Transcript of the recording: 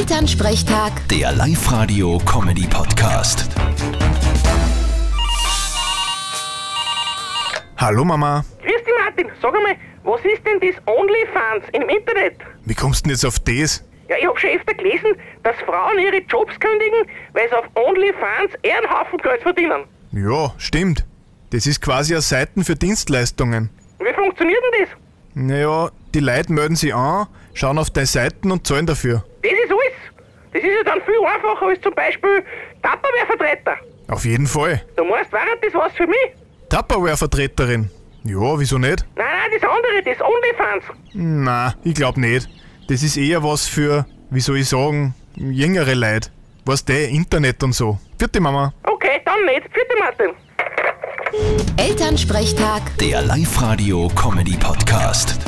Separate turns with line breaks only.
Elternsprechtag,
Der Live-Radio-Comedy-Podcast.
Hallo Mama,
Grüß dich, Martin. Sag einmal, was ist denn das OnlyFans im Internet?
wie kommst du denn jetzt auf das?
Ja, ich hab schon öfter gelesen, dass Frauen ihre Jobs kündigen, weil sie auf OnlyFans eher einen Haufen Geld verdienen.
Ja, stimmt. Das ist quasi eine Seiten für Dienstleistungen.
Wie funktioniert denn das?
Naja, die Leute melden sich an, schauen auf deine Seiten und zahlen dafür.
Das ist alles. Das ist ja dann viel einfacher als zum Beispiel Tupperware-Vertreter.
Auf jeden Fall.
Du meinst, wäre das was für mich?
Tupperware-Vertreterin. Ja, wieso nicht?
Nein, nein, das andere, das OnlyFans.
Na, ich glaub nicht. Das ist eher was für, wie soll ich sagen, jüngere Leute. Weißt du, eh, Internet und so. Vierte Mama.
Okay, dann nicht. Vierte Martin.
Elternsprechtag.
Der Live-Radio-Comedy-Podcast.